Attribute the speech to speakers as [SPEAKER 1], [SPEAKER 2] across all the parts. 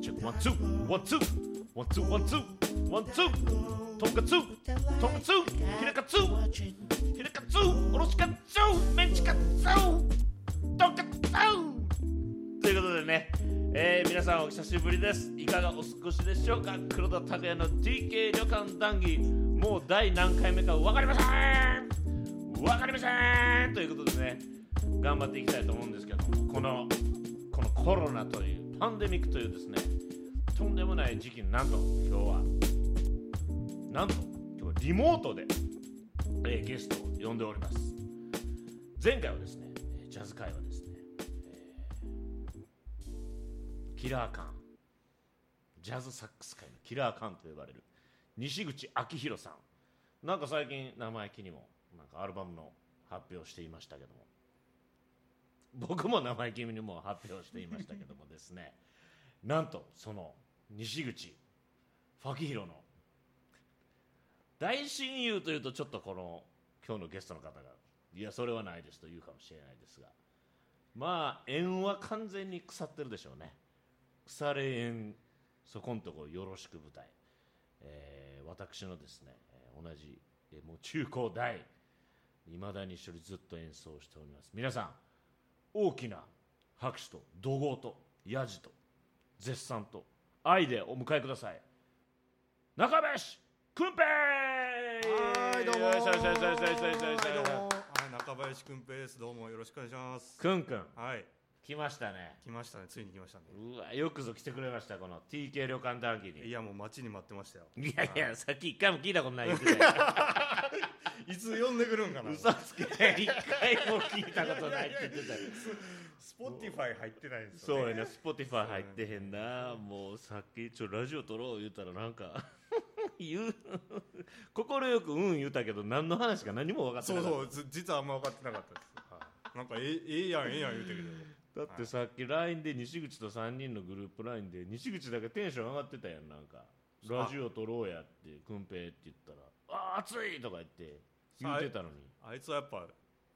[SPEAKER 1] ツーワンツーワンツーワンツーワンツートンカツトンカツヒレカツヒレカツおろしカツメンチカツトンカツということでね、えー皆さんお久しぶりですいかがお過ごしでしょうか黒田拓也の TK 旅館談義もう第何回目か分かりません分かりませんということでね頑張っていきたいと思うんですけどもこのこのコロナというパンデミックというですねとんでもない時期になんと今日はなんと今日はリモートで、えーゲストを呼んでおります前回はですねえージャズ会はですねキラーカンジャズサックス界のキラーカンと呼ばれる西口昭弘さんなんか最近生意気にもなんかアルバムの発表をしていましたけども僕も生意気にも発表していましたけどもですねなんとその西口昭弘の大親友というとちょっとこの今日のゲストの方がいやそれはないですと言うかもしれないですがまあ縁は完全に腐ってるでしょうね腐れ縁そこんとこよろしく舞台、えー私のですねえー同じ、えーもう中高大いまだに一緒にずっと演奏しております皆さん大きな拍手と怒号とやじと絶賛と愛でお迎えください中林くんぺい
[SPEAKER 2] はい、どうも。
[SPEAKER 1] よいしょよいしょよいしょよいしょよいしょよいしょ
[SPEAKER 2] はい、どうも。はい、中林くんぺいです。どうもよろしくお願いします。
[SPEAKER 1] くんくん
[SPEAKER 2] はい、
[SPEAKER 1] 来ましたね
[SPEAKER 2] 来ましたね。ついに来ましたね。
[SPEAKER 1] うわよくぞ来てくれましたこの TK 旅館談義に
[SPEAKER 2] いや、もう待ちに待ってましたよ。
[SPEAKER 1] いやいや、さっき一回も聞いたことない言ってたよ
[SPEAKER 2] いつ呼んでくるんか な。
[SPEAKER 1] 嘘つけ、一回も聞いたことないって言ってたよ。
[SPEAKER 2] スポティファイ入ってないんで す
[SPEAKER 1] そう
[SPEAKER 2] よ
[SPEAKER 1] や
[SPEAKER 2] ね。
[SPEAKER 1] ね、スポティファ入ってへんな、もうさっき、ちょ、ラジオ撮ろう言ったら、なんか。 言う快くうん言うたけど何の話か何も分かって
[SPEAKER 2] そ
[SPEAKER 1] な
[SPEAKER 2] う
[SPEAKER 1] い
[SPEAKER 2] そう、ず実はあんま分かってなかったです。はいなんかええええやんええやん言うてる
[SPEAKER 1] だってさっき LINE で西口と3人のグループ LINE で西口だけテンション上がってたやんなんかラジオ撮ろうやってくんぺいって言ったら「ああ暑い!」とか言って言ってたのに
[SPEAKER 2] けど、あいつはやっぱ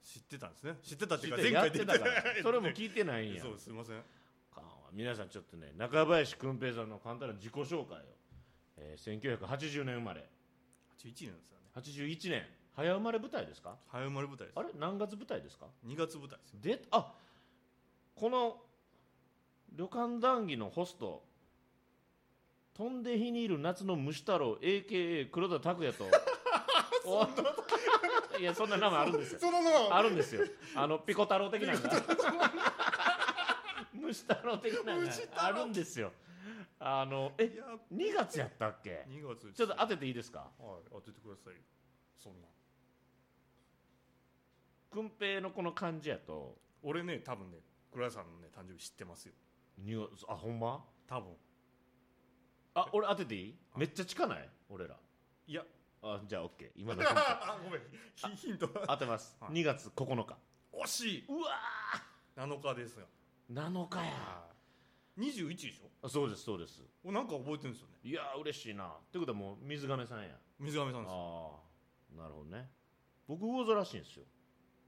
[SPEAKER 2] 知ってたんですね。知ってたっていうか前
[SPEAKER 1] やっ
[SPEAKER 2] 回
[SPEAKER 1] て
[SPEAKER 2] 出
[SPEAKER 1] た
[SPEAKER 2] て
[SPEAKER 1] からそれも聞いてないんや
[SPEAKER 2] そうすみません。
[SPEAKER 1] か皆さんちょっとね中林くん平さんの簡単な自己紹介を、えー1980年生まれ
[SPEAKER 2] 八一なんですよね。
[SPEAKER 1] 81年早生まれ舞台ですか
[SPEAKER 2] 早生まれ舞台です
[SPEAKER 1] あ。れ何月舞台ですか
[SPEAKER 2] 二月舞台ですよ。
[SPEAKER 1] であこの旅館談義のホスト飛んで火にいる夏の虫太郎 AKA 黒田拓 也とおいやそんな名前あるんですよ
[SPEAKER 2] そのの
[SPEAKER 1] あるんですよあのピコ太郎的なのが虫太郎的なのがあるんですよあのえ
[SPEAKER 2] いや
[SPEAKER 1] 2月やったっけ
[SPEAKER 2] 二月
[SPEAKER 1] ちょっと当てていいですか
[SPEAKER 2] はい当ててください。そんな。
[SPEAKER 1] くんぺいのこの感じやと
[SPEAKER 2] 俺ね多分ね倉田さんのね誕生日知ってますよ
[SPEAKER 1] におあほんま
[SPEAKER 2] 多分
[SPEAKER 1] あ俺当てていい
[SPEAKER 2] はい
[SPEAKER 1] めっちゃ近ない俺ら
[SPEAKER 2] いや
[SPEAKER 1] あじゃあ OK 今のヒント
[SPEAKER 2] あごめんヒヒント
[SPEAKER 1] 当て ます
[SPEAKER 2] はい
[SPEAKER 1] 2月9日
[SPEAKER 2] 惜しいう
[SPEAKER 1] わ
[SPEAKER 2] 7日ですよ
[SPEAKER 1] ー7日や
[SPEAKER 2] 21でしょ
[SPEAKER 1] あそうですそうです
[SPEAKER 2] おなんか覚えてるんですよね
[SPEAKER 1] いやー嬉しいなってことはもう水亀さんや
[SPEAKER 2] 水上さんですあ
[SPEAKER 1] ああなるほどね僕魚座らしいんですよ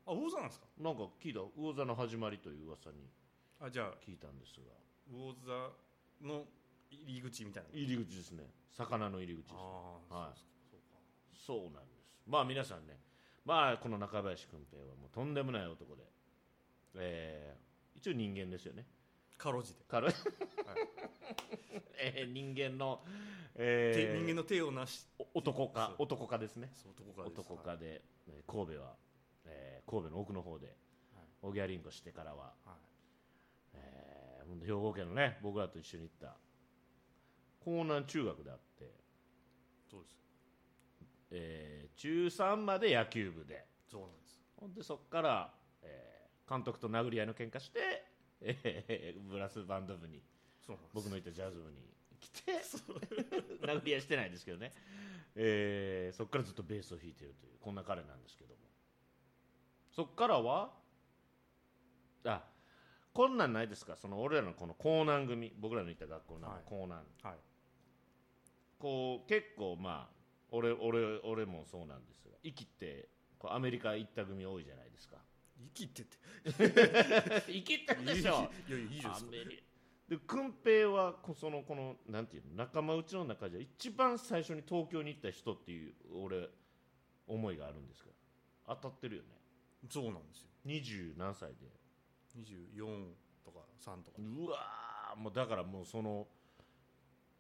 [SPEAKER 2] 魚座なんですか
[SPEAKER 1] なんか聞いた魚座の始まりという噂に
[SPEAKER 2] あじゃあ
[SPEAKER 1] 聞いたんですが
[SPEAKER 2] 魚座の入り口みたいな
[SPEAKER 1] 入り口ですね魚の入り口ですね
[SPEAKER 2] ああ
[SPEAKER 1] はい
[SPEAKER 2] そうか
[SPEAKER 1] そうなんですまあ皆さんねまあこの中林君平はもうとんでもない男でえー一応人間ですよね
[SPEAKER 2] かろうじて、
[SPEAKER 1] 軽い えー人間の、え
[SPEAKER 2] て
[SPEAKER 1] ー
[SPEAKER 2] 人間の手をなし
[SPEAKER 1] お男
[SPEAKER 2] そ
[SPEAKER 1] か
[SPEAKER 2] う
[SPEAKER 1] 男かですね
[SPEAKER 2] そう男かです
[SPEAKER 1] 男
[SPEAKER 2] は
[SPEAKER 1] かで、えー神戸は、えー神戸の奥の方で、おぎゃりんこしてからはい
[SPEAKER 2] はい
[SPEAKER 1] えーほんで兵庫県のね僕らと一緒に行った江南中学であって、
[SPEAKER 2] そうです
[SPEAKER 1] えー中3まで野球部で
[SPEAKER 2] そうなんです
[SPEAKER 1] ほんでそっから、えー監督と殴り合いの喧嘩して、えーブラスバンド部に
[SPEAKER 2] そうなんです
[SPEAKER 1] 僕のいたジャズ部に来 て殴り合いしてないですけどね、えーそっからずっとベースを弾いてるというこんな彼なんですけどもそっからはあこんなんないですかその俺らのこの江南組僕らの行った学校の名前
[SPEAKER 2] はい
[SPEAKER 1] 江南、
[SPEAKER 2] はい
[SPEAKER 1] こう結構まあ俺俺俺もそうなんですが生きてこうアメリカ行った組多いじゃないですか
[SPEAKER 2] 生きてて
[SPEAKER 1] 生きてるでしょ
[SPEAKER 2] いやいやいいじゃな
[SPEAKER 1] ア
[SPEAKER 2] いですか
[SPEAKER 1] メリで訓平はこそのこのなんていうの仲間内の中じゃ一番最初に東京に行った人っていう俺思いがあるんですけど当たってるよね
[SPEAKER 2] そうなんですよ
[SPEAKER 1] 二十何歳で
[SPEAKER 2] 24とか3とか
[SPEAKER 1] うわーもうだからもうその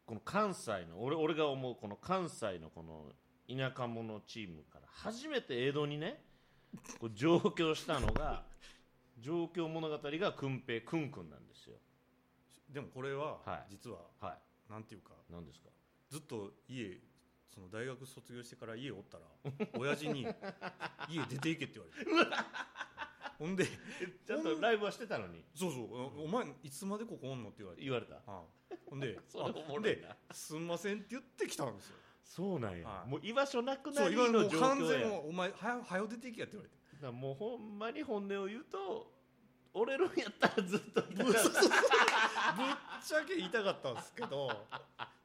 [SPEAKER 1] この関西の俺俺が思うこの関西のこの田舎者チームから初めて江戸にねこう上京したの が上京物語がくんぺいくんくんなんですよ
[SPEAKER 2] でもこれは
[SPEAKER 1] はい
[SPEAKER 2] 実は
[SPEAKER 1] は
[SPEAKER 2] なんていうか
[SPEAKER 1] い何ですか
[SPEAKER 2] ずっと家その大学卒業してから家おったら 親父に「家出ていけ」って言われてほんで
[SPEAKER 1] ちゃんとライブはしてたのに
[SPEAKER 2] そうそう、お前いつまでここおんのって言われて、
[SPEAKER 1] 言われた
[SPEAKER 2] あほんで
[SPEAKER 1] それおもろいな
[SPEAKER 2] ですんませんって言ってきたんですよ
[SPEAKER 1] そうなんや、
[SPEAKER 2] はい
[SPEAKER 1] もう居場所なくな
[SPEAKER 2] そう
[SPEAKER 1] り
[SPEAKER 2] 言われも
[SPEAKER 1] の
[SPEAKER 2] う
[SPEAKER 1] 状
[SPEAKER 2] 完
[SPEAKER 1] 況や
[SPEAKER 2] 全
[SPEAKER 1] だか
[SPEAKER 2] もうお前はよはよ出ていけやって言われて
[SPEAKER 1] らもうほんまに本音を言うと俺のやったらずっといた
[SPEAKER 2] ぶっ
[SPEAKER 1] か
[SPEAKER 2] ぶっ
[SPEAKER 1] ら
[SPEAKER 2] ちゃけ言いたかったんです けど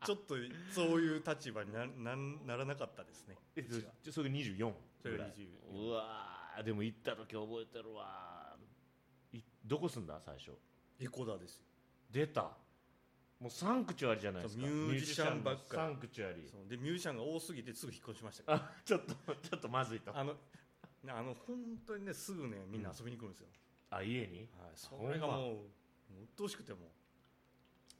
[SPEAKER 2] ちょっとそういう立場にななんならなかったですね
[SPEAKER 1] えそれそれが24
[SPEAKER 2] それ
[SPEAKER 1] ぐ
[SPEAKER 2] が
[SPEAKER 1] らい
[SPEAKER 2] 24
[SPEAKER 1] うわーでも行った時覚えてるわーいどこ住んだ最初
[SPEAKER 2] エコダですよ
[SPEAKER 1] 出たもうサンクチュアリじゃないですか
[SPEAKER 2] そうミュージシャンばっか
[SPEAKER 1] ミュージシャンの
[SPEAKER 2] り
[SPEAKER 1] サンクチュアリ
[SPEAKER 2] そうでミュージシャンが多すぎてすぐ引っ越しましたから
[SPEAKER 1] あちょっとちょっとまずいと
[SPEAKER 2] あのなあの本当にねすぐねみんな遊びに来るんですよ、
[SPEAKER 1] あ家に
[SPEAKER 2] はい、それが
[SPEAKER 1] ほんま
[SPEAKER 2] もうもう鬱陶しくてもう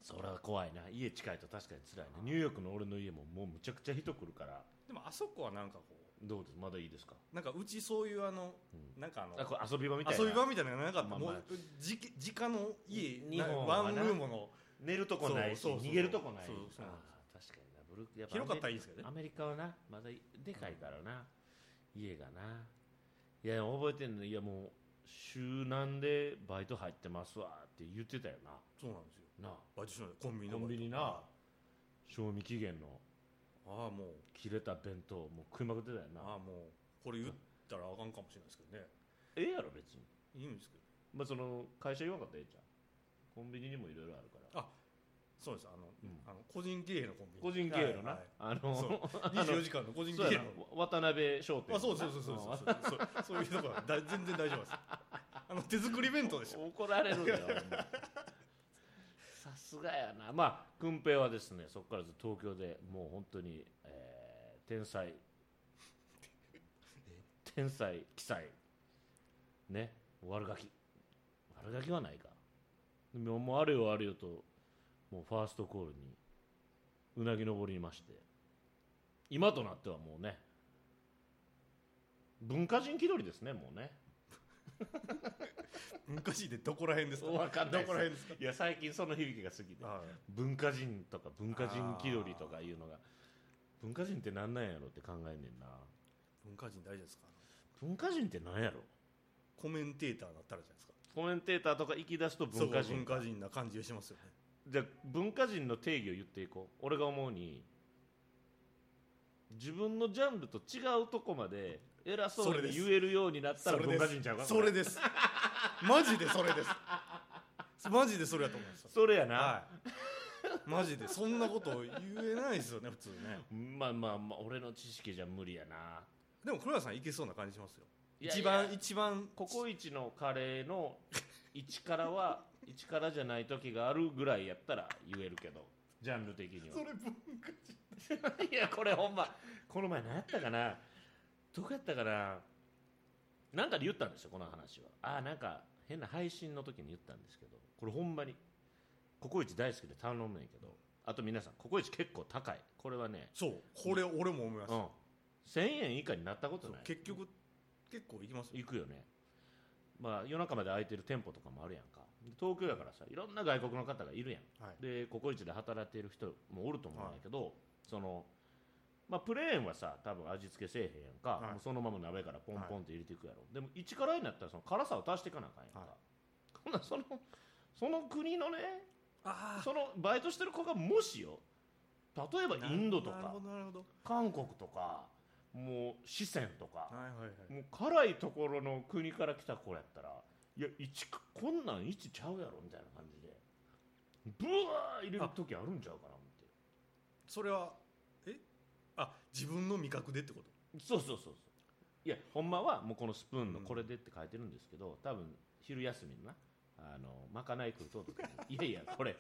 [SPEAKER 1] それは怖いな家近いと確かに辛いねニューヨークの俺の家ももうむちゃくちゃ人来るから
[SPEAKER 2] でもあそこはなんかこ
[SPEAKER 1] どうですまだいいですか
[SPEAKER 2] うなんかうちそういうあの、なんかあの
[SPEAKER 1] あこれ遊び場みたいな
[SPEAKER 2] 遊び場みたいなのがなかった、
[SPEAKER 1] まあまあ
[SPEAKER 2] もうじじかの家
[SPEAKER 1] に
[SPEAKER 2] な
[SPEAKER 1] 日本は
[SPEAKER 2] ワ
[SPEAKER 1] な
[SPEAKER 2] ンルームの
[SPEAKER 1] 寝るとこないし
[SPEAKER 2] そうそうそう
[SPEAKER 1] 逃げるとこない
[SPEAKER 2] そうそう
[SPEAKER 1] あー確かになブルックやっぱ
[SPEAKER 2] 広かったらいいですけどね
[SPEAKER 1] アメリカはなまだでかいからな、家がないや覚えてんのいやもう週なんでバイト入ってますわって言ってたよ
[SPEAKER 2] そうなんですよ
[SPEAKER 1] ななあ
[SPEAKER 2] バイトしないコンビニの
[SPEAKER 1] コンビニ
[SPEAKER 2] あ
[SPEAKER 1] な賞味期限の
[SPEAKER 2] あもう
[SPEAKER 1] 切れた弁当もう食いまくってたよな
[SPEAKER 2] ああもうこれ言ったらあかんかもしれないですけどね
[SPEAKER 1] ええやろ別に、
[SPEAKER 2] いいんですけど
[SPEAKER 1] まあ、その会社言わんかったらええじゃんコンビニにもいろいろあるから
[SPEAKER 2] そうですあの,、
[SPEAKER 1] うん
[SPEAKER 2] あの個人経営のコンビニ
[SPEAKER 1] 個人経営のな、
[SPEAKER 2] はい
[SPEAKER 1] あの
[SPEAKER 2] はいはいそう24時間の個 人
[SPEAKER 1] そう
[SPEAKER 2] 経営
[SPEAKER 1] や
[SPEAKER 2] の
[SPEAKER 1] な渡辺商店
[SPEAKER 2] あそうそうそうそうそうそうそうそういうとこはだ全然大丈夫ですあの手作り弁当でした
[SPEAKER 1] 怒られるよさすがやなまあ君平はですねそこからずっと東京でもう本当に、えー天才天才奇才ね悪ガキ悪ガキはないかでももうあれよあれよともうファーストコールにうなぎ登りまして今となってはもうね文化人気取りですねもうね
[SPEAKER 2] 昔でどこら辺ですか
[SPEAKER 1] わかんない
[SPEAKER 2] どこら辺ですか
[SPEAKER 1] いや最近その響きが好きで
[SPEAKER 2] はい
[SPEAKER 1] 文化人とか文化人気取りとかいうのが文化人ってなんなんやろって考えんねんな
[SPEAKER 2] 文化人大事ですか
[SPEAKER 1] 文化人ってなんやろ
[SPEAKER 2] コメンテーターになったらじゃないですか
[SPEAKER 1] コメンテーターとか行き出すと文化
[SPEAKER 2] そう文
[SPEAKER 1] 人
[SPEAKER 2] 化人な感じがしますよね
[SPEAKER 1] じゃあ文化人の定義を言っていこう俺が思うに自分のジャンルと違うとこまで偉そ
[SPEAKER 2] そうれ
[SPEAKER 1] に
[SPEAKER 2] です
[SPEAKER 1] 言えるようになったら
[SPEAKER 2] そ
[SPEAKER 1] 文
[SPEAKER 2] れです
[SPEAKER 1] 化人ちゃうか
[SPEAKER 2] それ
[SPEAKER 1] こ
[SPEAKER 2] ですマジでそれですマジでそれやと思いました
[SPEAKER 1] それやな、
[SPEAKER 2] はいマジでそんなこと言えないですよね普通ね
[SPEAKER 1] まあまあまあ俺の知識じゃ無理やな
[SPEAKER 2] でも黒田さんいけそうな感じしますよ
[SPEAKER 1] いやいや
[SPEAKER 2] 一番一番
[SPEAKER 1] ココイチのカレーの1からは1からじゃない時があるぐらいやったら言えるけどジャンル的には
[SPEAKER 2] それ文化人
[SPEAKER 1] いやこれほんまこの前何やったかなどこやったかななんかで言ったんですよこの話はああなんか変な配信の時に言ったんですけどこれほんまにココイチ大好きで頼むねんけどあと皆さんココイチ結構高いこれはね
[SPEAKER 2] そうこれ俺も思いま
[SPEAKER 1] う
[SPEAKER 2] した、
[SPEAKER 1] ん1000円以下になったこと
[SPEAKER 2] そう
[SPEAKER 1] ない
[SPEAKER 2] 結局結構いきますよ
[SPEAKER 1] 行くよねまあ夜中まで空いてる店舗とかもあるやんか東京やからさいろんな外国の方がいるやん
[SPEAKER 2] はい
[SPEAKER 1] でココイチで働いてる人もおると思うんやけど、そのまあプレーンはさ多分味付けせえへんやんか、
[SPEAKER 2] はい
[SPEAKER 1] もうそのまま鍋からポンポンって入れていくやろ、でも一からになったらその辛さを足していかなあかんやんか、
[SPEAKER 2] はい
[SPEAKER 1] ほんならそのその国のね
[SPEAKER 2] あ
[SPEAKER 1] そのバイトしてる子がもしよ例えばインドと
[SPEAKER 2] なる
[SPEAKER 1] か
[SPEAKER 2] ほどなるほど
[SPEAKER 1] 韓国とかもう四川とか、
[SPEAKER 2] はいはいはい
[SPEAKER 1] もう辛いところの国から来た子やったらいや一かこんなん一ちゃうやろみたいな感じでブワー入れる時あるんちゃうかな思って
[SPEAKER 2] それはえあ自分の味覚でってこと
[SPEAKER 1] そうそうそうそういやほんまはもうこのスプーンのこれでって書いてるんですけど、多分昼休みのなあのまかない食うとうとかにいやいやこれ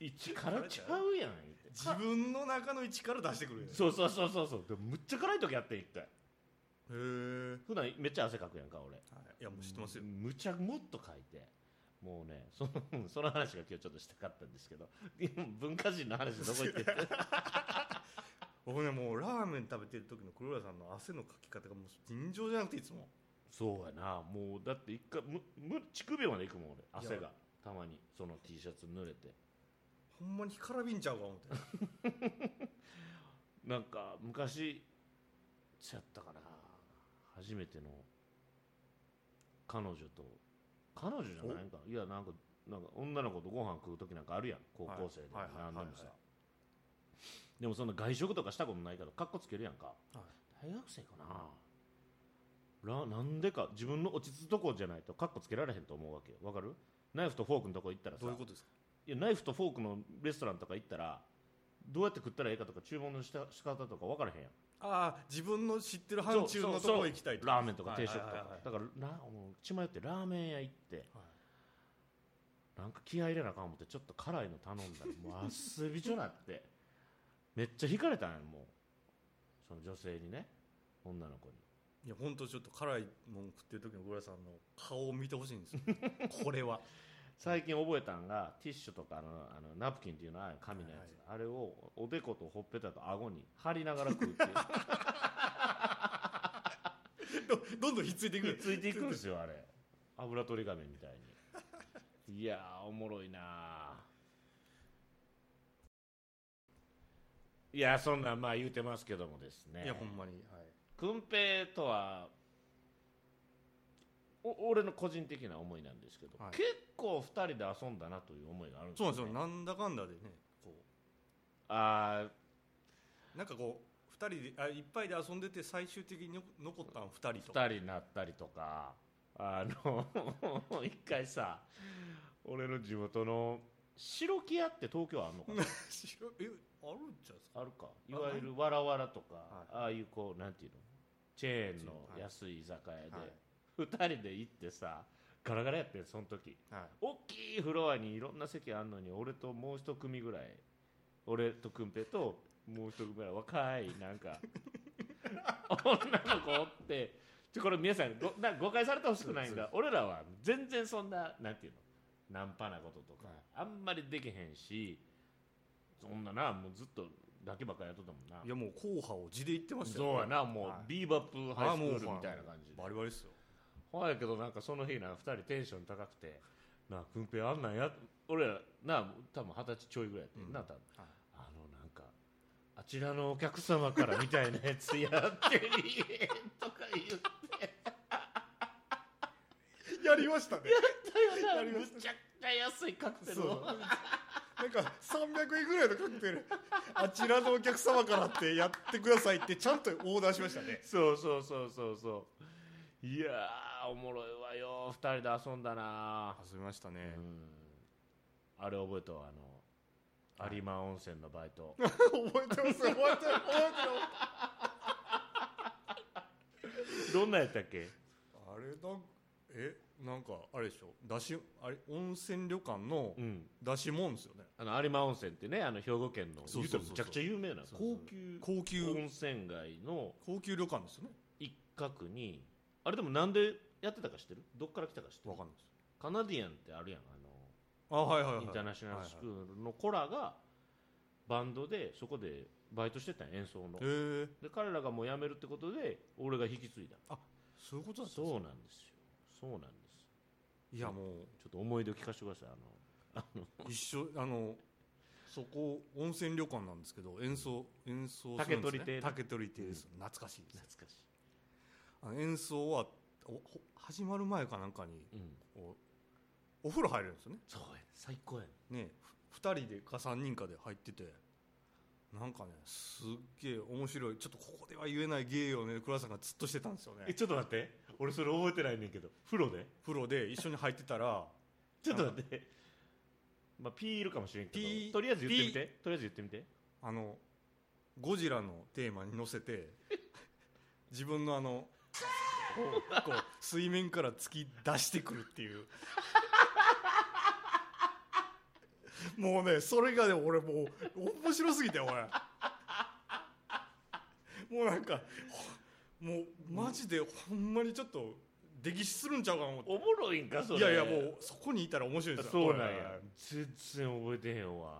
[SPEAKER 1] 一からちゃうやん言って
[SPEAKER 2] 自分の中の位置から出してくるやん
[SPEAKER 1] そうそうそうそうそうでもむっちゃ辛い時あってん一回
[SPEAKER 2] へえ
[SPEAKER 1] 普段めっちゃ汗かくやんか俺
[SPEAKER 2] いやもう知ってますよ
[SPEAKER 1] むちゃもっと書いてもうね そのその話が今日ちょっとしたかったんですけど 今文化人の話どこ行ってって
[SPEAKER 2] 僕ねもうラーメン食べてる時の黒浦さんの汗のかき方がもう尋常じゃなくていつも
[SPEAKER 1] そうやなもうだって一回むむ乳首まで行くもん俺汗
[SPEAKER 2] い
[SPEAKER 1] がたまにその T シャツ濡れて
[SPEAKER 2] ほんまに干からびんちゃうか思って
[SPEAKER 1] なんか昔そうやったかな初めての彼女と彼女じゃないんかいやなんかなんか女の子とご飯食う時なんかあるやん高校生で
[SPEAKER 2] はいはいはいは
[SPEAKER 1] 何
[SPEAKER 2] い
[SPEAKER 1] でもさでもそんな外食とかしたことないからかっこつけるやんか、
[SPEAKER 2] は
[SPEAKER 1] 大学生かならなんでか自分の落ち着くとこじゃないとかっこつけられへんと思うわけよわかるナイフとフォークのとこ行ったらさ
[SPEAKER 2] どういうことですか
[SPEAKER 1] いやナイフとフォークのレストランとか行ったらどうやって食ったらいいかとか注文のした仕方とか分からへんやん
[SPEAKER 2] ああ自分の知ってる範疇のとこ行きたい
[SPEAKER 1] そうそうラーメンとか定食とか、
[SPEAKER 2] はいはいはいはい
[SPEAKER 1] だからなもう血迷ってラーメン屋行ってなんか気合い入れなあかん思ってちょっと辛いの頼んだらもうあっすびちょなってめっちゃ引かれたんやもうその女性にね女の子に
[SPEAKER 2] いや本当ちょっと辛いもん食ってる時の小倉さんの顔を見てほしいんですよこれ は
[SPEAKER 1] 最近覚えたんがティッシュとかのあのナプキンっていうのは紙のやつ、あれをおでことほっぺたと顎に貼りながら食うっていう
[SPEAKER 2] どどんどんひっついてい
[SPEAKER 1] く
[SPEAKER 2] く
[SPEAKER 1] っついていくんですよあれ油取り紙みたいにいやーおもろいなあいやそんなんまあ言うてますけどもですね
[SPEAKER 2] いやほんまに、はい、
[SPEAKER 1] くんぺいとはお俺の個人的な思いなんですけど、
[SPEAKER 2] はい
[SPEAKER 1] 結構2人で遊んだなという思いがあるんです
[SPEAKER 2] そう
[SPEAKER 1] よ、
[SPEAKER 2] な
[SPEAKER 1] ね、
[SPEAKER 2] んですよなんだかんだでねこ
[SPEAKER 1] あ
[SPEAKER 2] うなんかこう2人であいっぱいで遊んでて最終的にの残ったん2人と
[SPEAKER 1] 2人になったりとかあの 一回さ俺の地元の白木屋って東京あんのかな
[SPEAKER 2] 白いえあるんちゃうんですか
[SPEAKER 1] あるかいわゆるわらわらとか、ああいうこうなんていうのチェーンの
[SPEAKER 2] はい
[SPEAKER 1] 安い居酒
[SPEAKER 2] はい
[SPEAKER 1] 屋で、2人で行ってさガラガラやってんその時
[SPEAKER 2] はい
[SPEAKER 1] 大きいフロアにいろんな席あんのに俺ともう一組ぐらい俺とくんぺともう一組ぐらい若いなんか女の子おってちょこれ皆さんごな誤解されてほしくないんだ俺らは全然そんななんていうのナンパなこととか、あんまりできへんしそんななもうずっとだけばっかりやっとったもんない
[SPEAKER 2] やもう硬派を地で言ってました
[SPEAKER 1] そうやなもう、
[SPEAKER 2] はい
[SPEAKER 1] ビーバップハイスクール
[SPEAKER 2] あもう
[SPEAKER 1] みたいな感じで
[SPEAKER 2] バリバリですよ
[SPEAKER 1] ほやけどなんかその日な2人テンション高くてなあくんぺいあんなんや俺らなあ多分二十歳ちょいぐらいやってんな、
[SPEAKER 2] うん
[SPEAKER 1] 多分
[SPEAKER 2] はい
[SPEAKER 1] あのなんかあちらのお客様からみたいなやつやってるえとか言っ
[SPEAKER 2] やりましたね
[SPEAKER 1] たよな
[SPEAKER 2] やりま
[SPEAKER 1] む
[SPEAKER 2] した
[SPEAKER 1] ちゃくちゃ安いカクテ
[SPEAKER 2] そ
[SPEAKER 1] ル
[SPEAKER 2] う
[SPEAKER 1] を
[SPEAKER 2] なんか300円ぐらいのカクテル あちらのお客様からってやってくださいってちゃんとオーダーしましたね
[SPEAKER 1] そうそうそうそうそういやーおもろいわよ2人で遊んだな
[SPEAKER 2] 遊びましたね
[SPEAKER 1] うんあれ覚えたわあの有馬温泉のバイト
[SPEAKER 2] 覚えてます覚えてる覚
[SPEAKER 1] どんなんやったっけ
[SPEAKER 2] えてるあれなんえなんかあれでしょだしあれ温泉旅館の
[SPEAKER 1] うん
[SPEAKER 2] だしもんですよね
[SPEAKER 1] あの有馬温泉ってねあの兵庫県の
[SPEAKER 2] そうそうそうそ
[SPEAKER 1] 言うた
[SPEAKER 2] う
[SPEAKER 1] らめちゃくちゃ有名な
[SPEAKER 2] そうそう
[SPEAKER 1] 高級
[SPEAKER 2] 高級
[SPEAKER 1] 温泉街の
[SPEAKER 2] 高級旅館ですよね
[SPEAKER 1] 一角にあれでもなんでやってたか知ってるどっから来たか知って
[SPEAKER 2] わ
[SPEAKER 1] る
[SPEAKER 2] かんないです
[SPEAKER 1] カナディアンってあるやんあ
[SPEAKER 2] あはいはいは
[SPEAKER 1] の
[SPEAKER 2] い
[SPEAKER 1] インターナショナルスクールの子らがバンドでそこでバイトしてたんや演奏の
[SPEAKER 2] へえ
[SPEAKER 1] で彼らがもう辞めるってことで俺が引き継いだ
[SPEAKER 2] そういうことだった
[SPEAKER 1] そ
[SPEAKER 2] んです
[SPEAKER 1] う
[SPEAKER 2] か
[SPEAKER 1] なんですよそうなんです
[SPEAKER 2] いやもう
[SPEAKER 1] ちょっと思い出を聞かせてくださいあの
[SPEAKER 2] 一緒あのそこ温泉旅館なんですけど演奏演奏するんです、ね、
[SPEAKER 1] 竹取亭ね
[SPEAKER 2] 竹取亭です、懐かしいです
[SPEAKER 1] 懐かしい
[SPEAKER 2] あの演奏はおほ始まる前かなんかに
[SPEAKER 1] うん
[SPEAKER 2] おお風呂入れるんですよね
[SPEAKER 1] そうや最高やね
[SPEAKER 2] ねふ2人でか3人かで入っててなんかねすっげえ面白いちょっとここでは言えない芸をね倉さんがずっとしてたんですよね
[SPEAKER 1] ちょっと待って俺それ覚えてないねんけど風呂で
[SPEAKER 2] 風呂で一緒に入ってたら
[SPEAKER 1] ちょっと待って。まあ、ピーいるかもしれんけ
[SPEAKER 2] ピー
[SPEAKER 1] ど、とりあえず言ってみて。とりあえず言ってみて。
[SPEAKER 2] あのゴジラのテーマに乗せて 自分のあのこうこう水面から突き出してくるっていうもうねそれがね俺もう面白すぎて俺もうなんかほもうマジでほんまにちょっと溺死するんちゃうかな思って
[SPEAKER 1] おもろいんかそれ
[SPEAKER 2] いやいやもうそこにいたら面白いんですよ
[SPEAKER 1] そうなんや全然覚えてへんわ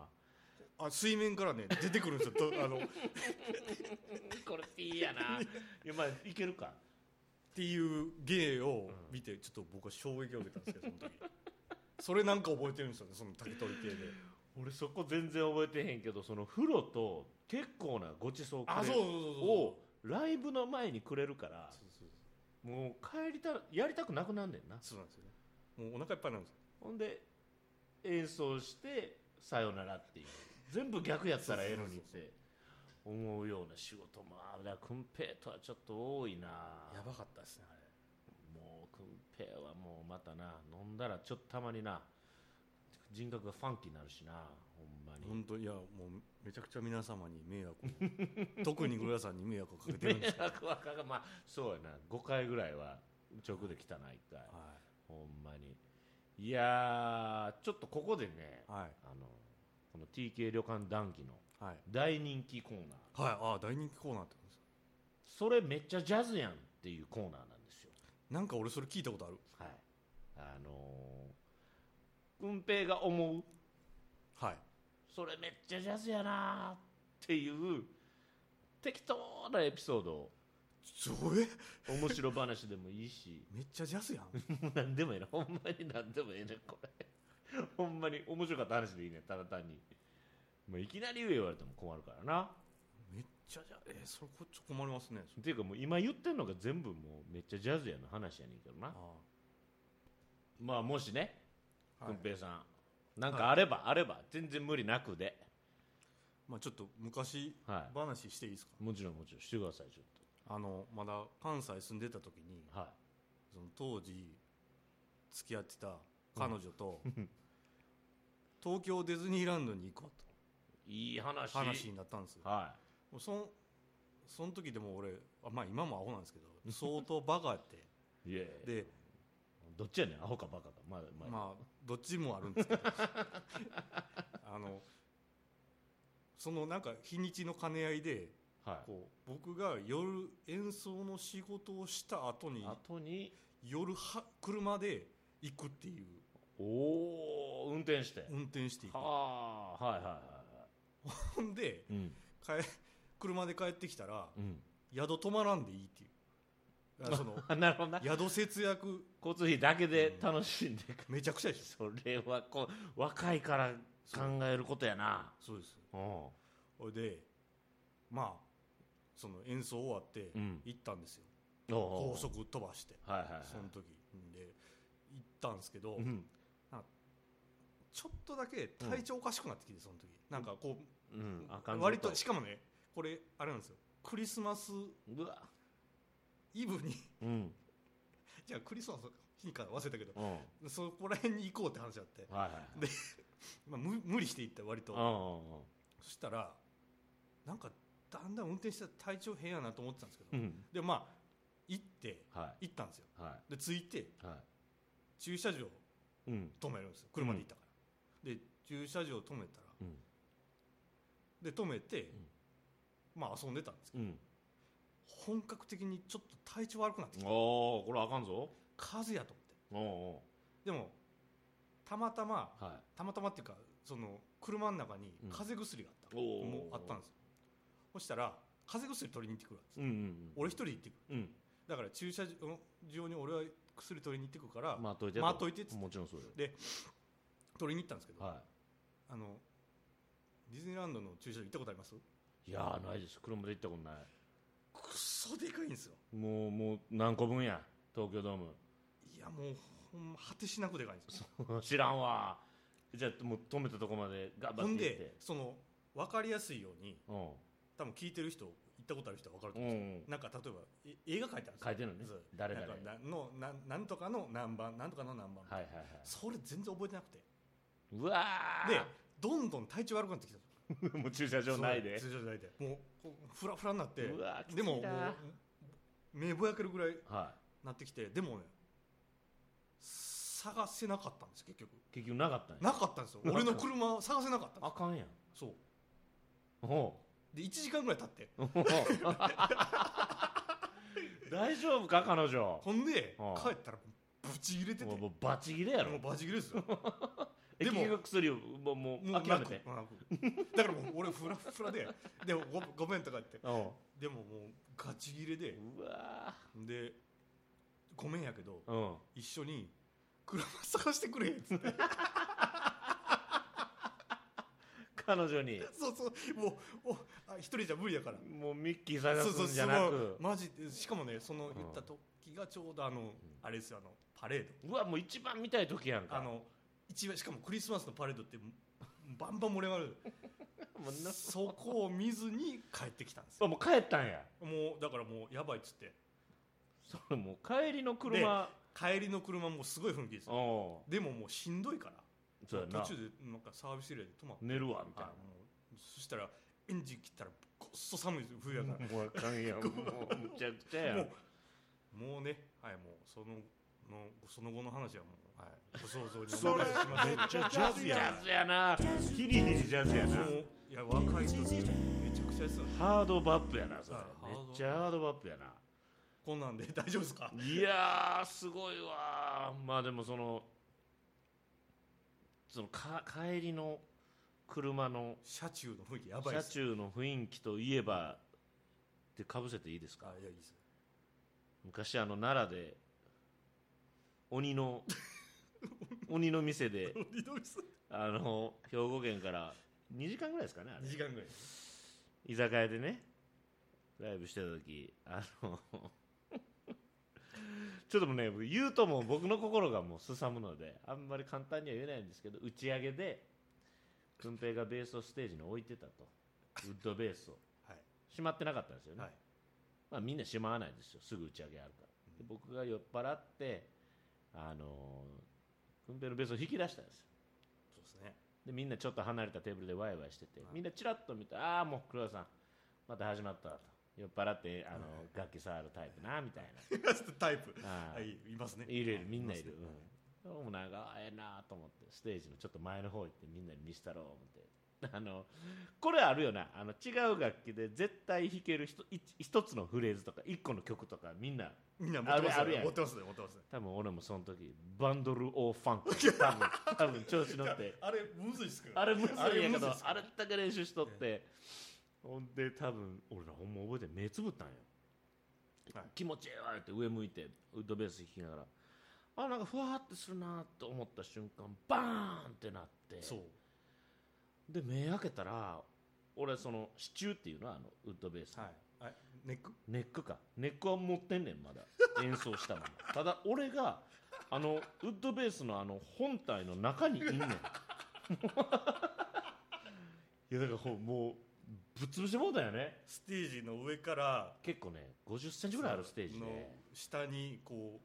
[SPEAKER 2] あ水面からね出てくるんですよとあのっ
[SPEAKER 1] これ P やないやまあいけるか
[SPEAKER 2] ていう芸を見てちょっと僕は衝撃を受けたんですけどその時それなんか覚えてるんですよねその竹取系で
[SPEAKER 1] 俺そこ全然覚えてへんけどその風呂と結構なごちそうくれ
[SPEAKER 2] あそうそうそうそう
[SPEAKER 1] をライブの前にくれるから
[SPEAKER 2] そうそう
[SPEAKER 1] もう帰りたやりたくなくなんねんな
[SPEAKER 2] そうなんですよねもうお腹いっぱいなんですよ
[SPEAKER 1] ほんで演奏してさよならっていう全部逆やったらええのにって思うような仕事もあだくんぺいとはちょっと多いな
[SPEAKER 2] やばかったですねあれ
[SPEAKER 1] もうくんぺいはもうまたな飲んだらちょっとたまにな人格がファンキーになるしなほんまに
[SPEAKER 2] 本当いやもうめちゃくちゃ皆様に迷惑を特にグラさんに迷惑をかけてるんで
[SPEAKER 1] 迷
[SPEAKER 2] すけど、
[SPEAKER 1] 惑はかかまあそうやな5回ぐらいは直で来たな1回
[SPEAKER 2] は
[SPEAKER 1] ほんまにいやーちょっとここでね
[SPEAKER 2] いはい
[SPEAKER 1] あのこの TK 旅館談義の
[SPEAKER 2] はい
[SPEAKER 1] 大人気コーナー
[SPEAKER 2] はいああ大人気コーナーってことです
[SPEAKER 1] それめっちゃジャズやんっていうコーナーなんですよ
[SPEAKER 2] なんか俺それ聞いたことある
[SPEAKER 1] はいあのー、くんぺいが思う
[SPEAKER 2] はい
[SPEAKER 1] それめっちゃジャズやなーっていう適当なエピソードを
[SPEAKER 2] それ
[SPEAKER 1] 面白話でもいい し
[SPEAKER 2] めっちゃジャズやん
[SPEAKER 1] もう何でもええなほんまに何でもええねこれほんまに面白かった話でいいねただ単にもういきなり上言われても困るからな
[SPEAKER 2] めっちゃジャえー、それこっちょ困りますねそれ
[SPEAKER 1] っていうかもう今言ってんのが全部もうめっちゃジャズやの話やねんけどな
[SPEAKER 2] あ
[SPEAKER 1] まあもしね
[SPEAKER 2] あ、
[SPEAKER 1] くん
[SPEAKER 2] はい
[SPEAKER 1] ぺいさんなんかあれば、あれば全然無理なくで、
[SPEAKER 2] まあ、ちょっと昔
[SPEAKER 1] は
[SPEAKER 2] 話していいですか
[SPEAKER 1] い、もちろんもちろんしてくださいちょっ
[SPEAKER 2] あのまだ関西住んでた時に
[SPEAKER 1] とは
[SPEAKER 2] その当時付き合ってた彼女と、東京ディズニーランドに行こう
[SPEAKER 1] いいい話
[SPEAKER 2] と話になったんですよ
[SPEAKER 1] は
[SPEAKER 2] もうそんその時でも俺あまあ今もアホなんですけど相当バカやって
[SPEAKER 1] いいえ
[SPEAKER 2] で
[SPEAKER 1] どっちやねんアホかバカかまあまあ、
[SPEAKER 2] まあどっちもあるんですけど あのそのなんか日にちの兼ね合いで
[SPEAKER 1] はい
[SPEAKER 2] こう僕が夜演奏の仕事をした後に
[SPEAKER 1] 後に
[SPEAKER 2] 夜は車で行くっていう
[SPEAKER 1] おお運転して
[SPEAKER 2] 運転していく
[SPEAKER 1] はあはいはいはいは
[SPEAKER 2] ほんで
[SPEAKER 1] いうん
[SPEAKER 2] 帰車で帰ってきたら
[SPEAKER 1] うん
[SPEAKER 2] 宿泊まらんでいいっていう だからその
[SPEAKER 1] あなるほどな
[SPEAKER 2] 宿節約
[SPEAKER 1] 交通費だけで楽しんでいく、
[SPEAKER 2] めちゃくちゃでし
[SPEAKER 1] そ
[SPEAKER 2] ょ
[SPEAKER 1] れはこう若いから考えることやな
[SPEAKER 2] そうです
[SPEAKER 1] うん
[SPEAKER 2] ほいでまあその演奏終わって
[SPEAKER 1] うん
[SPEAKER 2] 行ったんですよ、
[SPEAKER 1] お
[SPEAKER 2] 高
[SPEAKER 1] う
[SPEAKER 2] 速飛ばして
[SPEAKER 1] はいはいはい
[SPEAKER 2] その時で行ったんですけど、
[SPEAKER 1] うん
[SPEAKER 2] ちょっとだけ体調おかしくなってきてその時なんかこ
[SPEAKER 1] う
[SPEAKER 2] う、
[SPEAKER 1] んあかんぞ
[SPEAKER 2] 割としかもねこれあれなんですよクリスマス
[SPEAKER 1] うわ
[SPEAKER 2] イブに
[SPEAKER 1] うん
[SPEAKER 2] じゃあクリスマスの日から忘れたけど
[SPEAKER 1] うんはい
[SPEAKER 2] そこら辺に行こうって話あって、
[SPEAKER 1] はい
[SPEAKER 2] まあ、む無理して行った割と
[SPEAKER 1] う
[SPEAKER 2] そしたらなんかだんだん運転して体調変やなと思ってたんですけど、
[SPEAKER 1] んうんうん
[SPEAKER 2] でまあ行って
[SPEAKER 1] は
[SPEAKER 2] 行ったんですよ
[SPEAKER 1] いは
[SPEAKER 2] で着いて
[SPEAKER 1] いは
[SPEAKER 2] 駐車場
[SPEAKER 1] いうん
[SPEAKER 2] 止めるんですよ車で行ったから、で駐車場止めたら
[SPEAKER 1] うん
[SPEAKER 2] で止めて、まあ遊んでたんですけ
[SPEAKER 1] うん
[SPEAKER 2] ど本格的にちょっと体調悪くなってきて
[SPEAKER 1] おおこれあかんぞ
[SPEAKER 2] 風邪やと思って
[SPEAKER 1] おお
[SPEAKER 2] でもたまたま
[SPEAKER 1] は
[SPEAKER 2] たまたまっていうかその車の中に
[SPEAKER 1] うん
[SPEAKER 2] 風邪薬があった、
[SPEAKER 1] おー
[SPEAKER 2] もうあったんですよそしたら風邪薬取りに行ってくるわけ
[SPEAKER 1] いうんうん
[SPEAKER 2] 俺一人で行ってくる
[SPEAKER 1] うん
[SPEAKER 2] だから駐車場に俺は薬取りに行ってくるから、
[SPEAKER 1] まあといて
[SPEAKER 2] 待っといてっつって
[SPEAKER 1] もちろんそうよ
[SPEAKER 2] 取りに行ったんですけど、
[SPEAKER 1] は
[SPEAKER 2] あのディズニーランドの駐車場行ったことあります
[SPEAKER 1] いいやーないです車で行ったことな
[SPEAKER 2] クソでかいんですよ
[SPEAKER 1] いもうもう何個分や東京ドーム
[SPEAKER 2] いやもうほんま果てしなくでかいんですよ
[SPEAKER 1] 知らんわじゃあもう止めたとこまで頑
[SPEAKER 2] ほ
[SPEAKER 1] 張
[SPEAKER 2] ん
[SPEAKER 1] って行っ
[SPEAKER 2] で
[SPEAKER 1] て
[SPEAKER 2] その分かりやすいように
[SPEAKER 1] うん
[SPEAKER 2] 多分聞いてる人行ったことある人は分かると
[SPEAKER 1] う
[SPEAKER 2] 思うんです
[SPEAKER 1] ん
[SPEAKER 2] よなんか例えばえ映画描いてあるんですよ
[SPEAKER 1] 書いてるのね
[SPEAKER 2] そう
[SPEAKER 1] 誰々
[SPEAKER 2] なんかなのななんとかの何番なんとかの何番、
[SPEAKER 1] はいはいはい
[SPEAKER 2] それ全然覚えてなくて
[SPEAKER 1] うわ
[SPEAKER 2] でどんどん体調悪くなってきた
[SPEAKER 1] で もう駐車場ないで
[SPEAKER 2] そう駐車場内でもうこうフラフラになって
[SPEAKER 1] うわきついな
[SPEAKER 2] でももう目ぼやけるぐらい
[SPEAKER 1] は
[SPEAKER 2] なってきてでもね探せなかったんです結局
[SPEAKER 1] 結局なかったんや
[SPEAKER 2] なかったんですよ俺の車探せなかったんで
[SPEAKER 1] あかんやん
[SPEAKER 2] すそう
[SPEAKER 1] お
[SPEAKER 2] で1時間ぐらい経って
[SPEAKER 1] う 大丈夫か彼女
[SPEAKER 2] ほんで
[SPEAKER 1] ああ
[SPEAKER 2] 帰ったらブチ入れてて
[SPEAKER 1] もう
[SPEAKER 2] も
[SPEAKER 1] もうバチ切れやろ
[SPEAKER 2] うバチ切れですよ
[SPEAKER 1] え
[SPEAKER 2] でも
[SPEAKER 1] 結局薬をもうもう
[SPEAKER 2] もう
[SPEAKER 1] 諦めて
[SPEAKER 2] 泣く泣くだからもう俺フラフラででもごごめんとか言って
[SPEAKER 1] おう
[SPEAKER 2] でももうガチ切れで
[SPEAKER 1] うわ
[SPEAKER 2] でごめんやけど
[SPEAKER 1] ーうん
[SPEAKER 2] 一緒に車探してくれっ つって
[SPEAKER 1] 彼女に
[SPEAKER 2] そうそうもうおあ一人じゃ無理やから
[SPEAKER 1] もうミッキー探
[SPEAKER 2] そうそう
[SPEAKER 1] すんじゃ
[SPEAKER 2] そ
[SPEAKER 1] な
[SPEAKER 2] の
[SPEAKER 1] く
[SPEAKER 2] マジでしかもねその言った時がちょうどあの、あれですよあのパレード
[SPEAKER 1] うわもう一番見たい時やんか
[SPEAKER 2] あの一番しかもクリスマスのパレードってバンバン盛り上がる
[SPEAKER 1] もうな
[SPEAKER 2] そこを見ずに帰ってきたんですよ
[SPEAKER 1] あもう帰ったんや
[SPEAKER 2] もうだからもうやばいっつって
[SPEAKER 1] それもう帰りの車
[SPEAKER 2] 帰りの車もすごい雰囲気ですよ
[SPEAKER 1] お
[SPEAKER 2] でももうしんどいから
[SPEAKER 1] うそうやな
[SPEAKER 2] 途中でなんかサービスエリアで止まって
[SPEAKER 1] 寝るわみたい
[SPEAKER 2] あもうそしたらエンジン切ったらごっそ寒いですよ冬やか
[SPEAKER 1] なもうあかんやんもうむちゃくちゃ
[SPEAKER 2] ら
[SPEAKER 1] やん
[SPEAKER 2] もうもうねはいもうそののその後の話はもう、はい、ご想像にお任せします
[SPEAKER 3] めっちゃジャズ
[SPEAKER 1] ジ
[SPEAKER 3] や
[SPEAKER 1] ャズやなヒリヒリジャズやな
[SPEAKER 2] もういや若い人めちゃくちゃやってたんです
[SPEAKER 1] ハードバップやなそれ
[SPEAKER 2] あハー
[SPEAKER 1] め
[SPEAKER 2] ドバップ
[SPEAKER 1] っちゃハードバップやな
[SPEAKER 2] こんなんで大丈夫ですか
[SPEAKER 1] いやーすごいわーまあでもそのそのか帰りの車の
[SPEAKER 2] 車中の雰囲気やばいっ
[SPEAKER 1] 車
[SPEAKER 2] す
[SPEAKER 1] 中の雰囲気といえばってかぶせていいですか
[SPEAKER 2] あいやいいです
[SPEAKER 1] 昔あの奈良で鬼の 鬼の店で
[SPEAKER 2] リドイス
[SPEAKER 1] あの兵庫県から2時間ぐらいですかねあれ
[SPEAKER 2] 2時間ぐらいです
[SPEAKER 1] 居酒屋でねライブしてた時あの ちょっともうね言うともう僕の心がもうすさむのであんまり簡単には言えないんですけど打ち上げで軍平がベースをステージに置いてたとウッドベースを
[SPEAKER 2] はい
[SPEAKER 1] しまってなかったんですよね、
[SPEAKER 2] はい
[SPEAKER 1] まあ、みんなしまわないですよすぐ打ち上げあるからで僕が酔っ払ってあのー軍平のベースを引き出したんですよ
[SPEAKER 2] そうですね
[SPEAKER 1] でみんなちょっと離れたテーブルでワイワイしてて、
[SPEAKER 2] はい
[SPEAKER 1] みんなチラッと見てああもう黒田さんまた始まったわと酔っ払ってあの、楽器触るタイプなみたい
[SPEAKER 2] タイ プ
[SPEAKER 1] な、あ
[SPEAKER 2] は
[SPEAKER 1] ー
[SPEAKER 2] いいますね
[SPEAKER 1] いるいるみんないる
[SPEAKER 2] ますね
[SPEAKER 1] うんどうも長いなと思ってステージのちょっと前の方行ってみんなに見せたろう思ってあのこれあるよなあの違う楽器で絶対弾けるひと一一つのフレーズとか一個の曲とかみんな
[SPEAKER 2] みんな持ってます
[SPEAKER 1] あるあるや
[SPEAKER 2] ね
[SPEAKER 1] ん
[SPEAKER 2] 持ってますね持ってますね
[SPEAKER 1] 多分俺もその時バンドル・オー・ファンク多分多分調子乗って
[SPEAKER 2] あれむずいっすから
[SPEAKER 1] あれむずいんやけど
[SPEAKER 2] あれむずい
[SPEAKER 1] あ
[SPEAKER 2] っ
[SPEAKER 1] れ
[SPEAKER 2] すから
[SPEAKER 1] だけ練習しとってほんで多分俺らほんま覚えて目つぶったんよ、
[SPEAKER 2] はい
[SPEAKER 1] 気持ちええわって上向いてウッドベース弾きながらあなんかふわーってするなと思った瞬間バーンってなって
[SPEAKER 2] そう
[SPEAKER 1] で目開けたら俺その支柱っていうのはあのウッドベースの、
[SPEAKER 2] はいあネック
[SPEAKER 1] ネックかネックは持ってんねんまだ演奏したままただ俺があのウッドベースのあの本体の中にいんね んいやだからほんもうぶっ潰してもうたよね
[SPEAKER 2] ステージの上から
[SPEAKER 1] 結構ね5 0ンチぐらいあるステージで
[SPEAKER 2] の下にこう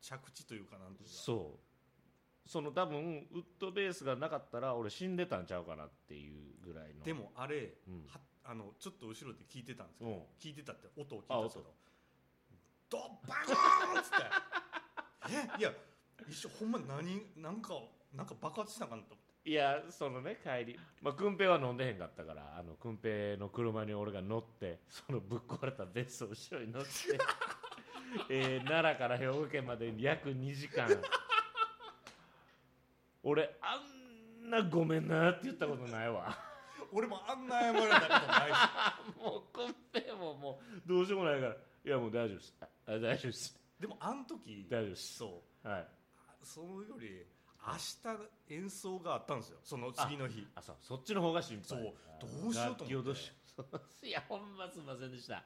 [SPEAKER 2] 着地というかなんというか
[SPEAKER 1] そうその多分ウッドベースがなかったら俺死んでたんちゃうかなっていうぐらいの
[SPEAKER 2] でもあれ、
[SPEAKER 1] うん
[SPEAKER 2] はあのちょっと後ろで聞いてたんですけ
[SPEAKER 1] う
[SPEAKER 2] ど、
[SPEAKER 1] ん
[SPEAKER 2] 聞いてたって音を聞いたんですけどドッバーンっつって えいや一瞬ほんま何なんかなんか爆発したんかなと思って
[SPEAKER 1] いやそのね帰りまあ軍平は飲んでへんかったからあの軍平の車に俺が乗ってそのぶっ壊れたベースを後ろに乗って、 えー奈良から兵庫県まで約2時間俺あんなごめんなって言ったことないわ
[SPEAKER 2] 俺もあんな謝られたことない し
[SPEAKER 1] もう軍平ももうどうしようもないからいやもう大丈夫ですあ大丈夫です
[SPEAKER 2] でもあの時
[SPEAKER 1] 大丈夫です
[SPEAKER 2] そ
[SPEAKER 1] はい、
[SPEAKER 2] うそのより明日演奏があったんですよその次の日
[SPEAKER 1] あそうそっちの方が心配
[SPEAKER 2] そうどうしようと思って
[SPEAKER 1] 楽器をどうしようそういやほんますいませんでした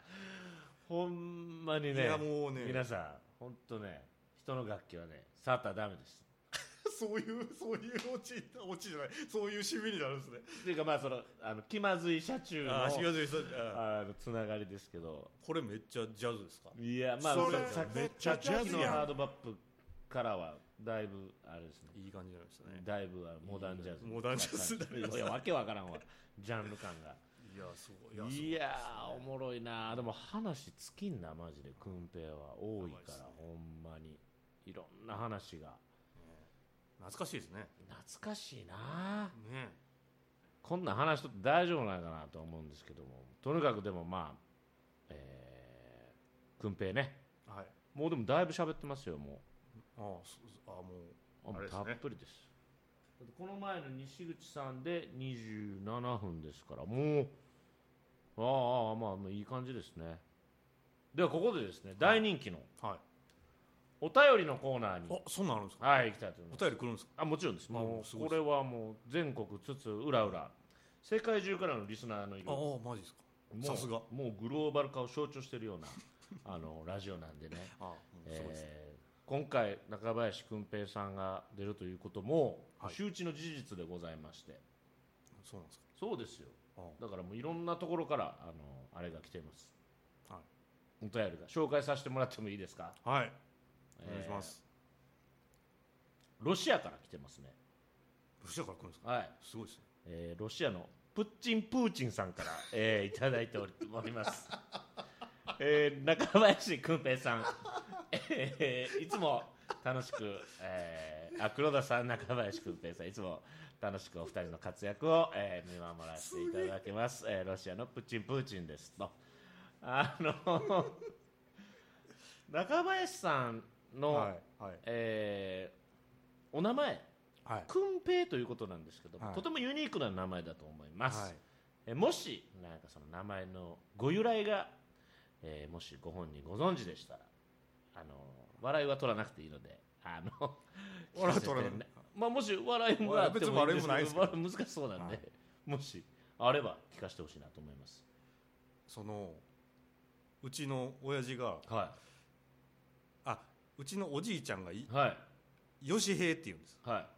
[SPEAKER 1] ほんまにね
[SPEAKER 2] いやもうね
[SPEAKER 1] 皆さん本当ね人の楽器はね触ったらダメです
[SPEAKER 2] そういうそういうオチオチじゃないそういうしびれになるんですね
[SPEAKER 1] っていうかまあそのあの気まずい車中の
[SPEAKER 2] あ
[SPEAKER 1] あ
[SPEAKER 2] あしびれです
[SPEAKER 1] のつながりですけど
[SPEAKER 2] これめっちゃジャズですか
[SPEAKER 1] いやまあ
[SPEAKER 3] それ
[SPEAKER 1] さ
[SPEAKER 3] めっちゃジャズやん
[SPEAKER 1] さっきのハードバップからはだいぶあれですね
[SPEAKER 2] いい感じになりましたね
[SPEAKER 1] だいぶあのモダンジャズ
[SPEAKER 2] モダンジャズだ
[SPEAKER 1] いやわけわからんわジャンル感が
[SPEAKER 2] いやすごいいやすごい
[SPEAKER 1] いやーおもろいなでも話尽きんなマジでくんぺいは多いか
[SPEAKER 2] や
[SPEAKER 1] ら
[SPEAKER 2] ばいっすね
[SPEAKER 1] ほんまにいろんな話が
[SPEAKER 2] 懐かしいですね
[SPEAKER 1] 懐かしいな
[SPEAKER 2] ね
[SPEAKER 1] こんな話しとって大丈夫なんかなと思うんですけどもとにかくでもまあえー、くんぺいね
[SPEAKER 2] はい
[SPEAKER 1] もうでもだいぶ喋ってますよも
[SPEAKER 2] ああそあ
[SPEAKER 1] う
[SPEAKER 2] も
[SPEAKER 1] あも
[SPEAKER 2] あ
[SPEAKER 1] う
[SPEAKER 2] れです
[SPEAKER 1] た
[SPEAKER 2] ね
[SPEAKER 1] っぷりですだってこの前の西口さんで27分ですからもうああああまあまあいい感じですねではここでですね大人気の
[SPEAKER 2] うはい
[SPEAKER 1] お便りのコーナーに、
[SPEAKER 2] あそんなんあるんですか
[SPEAKER 1] はい、行きたいと思い
[SPEAKER 2] お
[SPEAKER 1] ます
[SPEAKER 2] 便り来るんですか
[SPEAKER 1] あもちろんですも
[SPEAKER 2] あす
[SPEAKER 1] う
[SPEAKER 2] ごい
[SPEAKER 1] これはもう全国津々浦々世界中からのリスナーのいる
[SPEAKER 2] ああマジですか
[SPEAKER 1] もう
[SPEAKER 2] さすが
[SPEAKER 1] もうグローバル化を象徴している ようなあのラジオなんでね、
[SPEAKER 2] ああもうすごいですね
[SPEAKER 1] えー今回中林くん平さんが出るということも、
[SPEAKER 2] はい
[SPEAKER 1] 周知の事実でございまして
[SPEAKER 2] そうなんですか
[SPEAKER 1] そうですよ
[SPEAKER 2] あ
[SPEAKER 1] だからもういろんなところからあのあれが来てます、
[SPEAKER 2] は
[SPEAKER 1] お便りが紹介させてもらってもいいですか
[SPEAKER 2] あはい
[SPEAKER 1] えー
[SPEAKER 2] お願いします
[SPEAKER 1] ロシアから来てますね
[SPEAKER 2] ロシアから来るんですか
[SPEAKER 1] はい
[SPEAKER 2] すごいですね
[SPEAKER 1] えーロシアのプッチンプーチンさんから、えーいただいておりおります、えー中林くん平さん、えーいつも楽しく、えーあ黒田さん中林くん平さんいつも楽しくお二人の活躍を、えー見守らせていただきますえーロシアのプッチンプーチンですとあの中林さんの、
[SPEAKER 2] はいはい
[SPEAKER 1] えーお名前
[SPEAKER 2] はい
[SPEAKER 1] くんぺいということなんですけども、
[SPEAKER 2] はい
[SPEAKER 1] とてもユニークな名前だと思います、
[SPEAKER 2] はい
[SPEAKER 1] えもしなんかその名前のご由来が、えーもしご本人ご存知でしたらあの笑いは取らなくていいのであの 聞か
[SPEAKER 2] 笑いは
[SPEAKER 1] せて
[SPEAKER 2] 取らない
[SPEAKER 1] まあ、もし笑いもあってもいいんです
[SPEAKER 2] 別に笑いもないです
[SPEAKER 1] け
[SPEAKER 2] け
[SPEAKER 1] ど
[SPEAKER 2] ど
[SPEAKER 1] 笑い難しそうなんで、
[SPEAKER 2] は
[SPEAKER 1] もしあれば聞かせてほしいなと思います
[SPEAKER 2] そのうちの親父が
[SPEAKER 1] は
[SPEAKER 2] あうちのおじいちゃんがい
[SPEAKER 1] いはい
[SPEAKER 2] 吉平って言うんです
[SPEAKER 1] は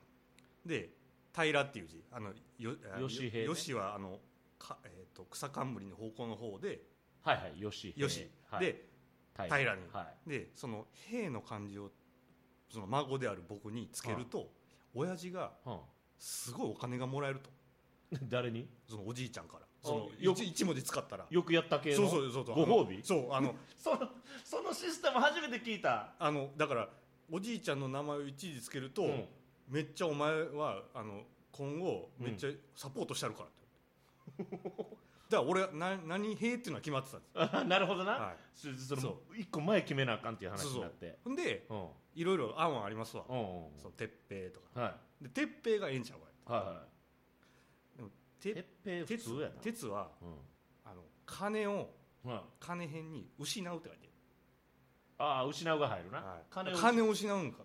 [SPEAKER 2] で平っていう字あのよあ
[SPEAKER 1] 吉平ね
[SPEAKER 2] よ吉はあのか、えー、と草冠の方向の方で
[SPEAKER 1] いはいはいよし
[SPEAKER 2] よし、
[SPEAKER 1] はい、
[SPEAKER 2] で
[SPEAKER 1] 平
[SPEAKER 2] 平に
[SPEAKER 1] は
[SPEAKER 2] でその平の漢字をその孫である僕につけると、親父が
[SPEAKER 1] い、
[SPEAKER 2] すごいお金がもらえると
[SPEAKER 1] うん、 誰に
[SPEAKER 2] そのおじいちゃんからその
[SPEAKER 1] よ
[SPEAKER 2] 一一文字使ったら
[SPEAKER 1] よくやった系の
[SPEAKER 2] そうそうそうそう
[SPEAKER 1] ご褒美
[SPEAKER 2] あのそうあの
[SPEAKER 1] そのそのシステム初めて聞いた、
[SPEAKER 2] あのだからおじいちゃんの名前を一字つけると、
[SPEAKER 1] うん
[SPEAKER 2] めっちゃお前はあの今後めっちゃサポートしてあるからって、だから俺はな何兵っていうのは決まってたんです
[SPEAKER 1] あなるほどな、
[SPEAKER 2] は
[SPEAKER 1] そその
[SPEAKER 2] そ
[SPEAKER 1] 一個前決めなあかんっていう話になって
[SPEAKER 2] ほんで
[SPEAKER 1] うん
[SPEAKER 2] いろいろ案はありますわ、
[SPEAKER 1] うんうん
[SPEAKER 2] その鉄平とか
[SPEAKER 1] はい
[SPEAKER 2] で鉄平がええんちゃうわ
[SPEAKER 1] は
[SPEAKER 2] て
[SPEAKER 1] い鉄平普
[SPEAKER 2] 鉄
[SPEAKER 1] 通やな
[SPEAKER 2] 鉄は
[SPEAKER 1] う
[SPEAKER 2] あの金を
[SPEAKER 1] んはい
[SPEAKER 2] 金辺に失うって書いて
[SPEAKER 1] ああ失うが入る
[SPEAKER 2] あ
[SPEAKER 1] な、
[SPEAKER 2] る、は
[SPEAKER 1] 金
[SPEAKER 2] い、金
[SPEAKER 1] を
[SPEAKER 2] を
[SPEAKER 1] そう
[SPEAKER 2] 失うんか
[SPEAKER 1] か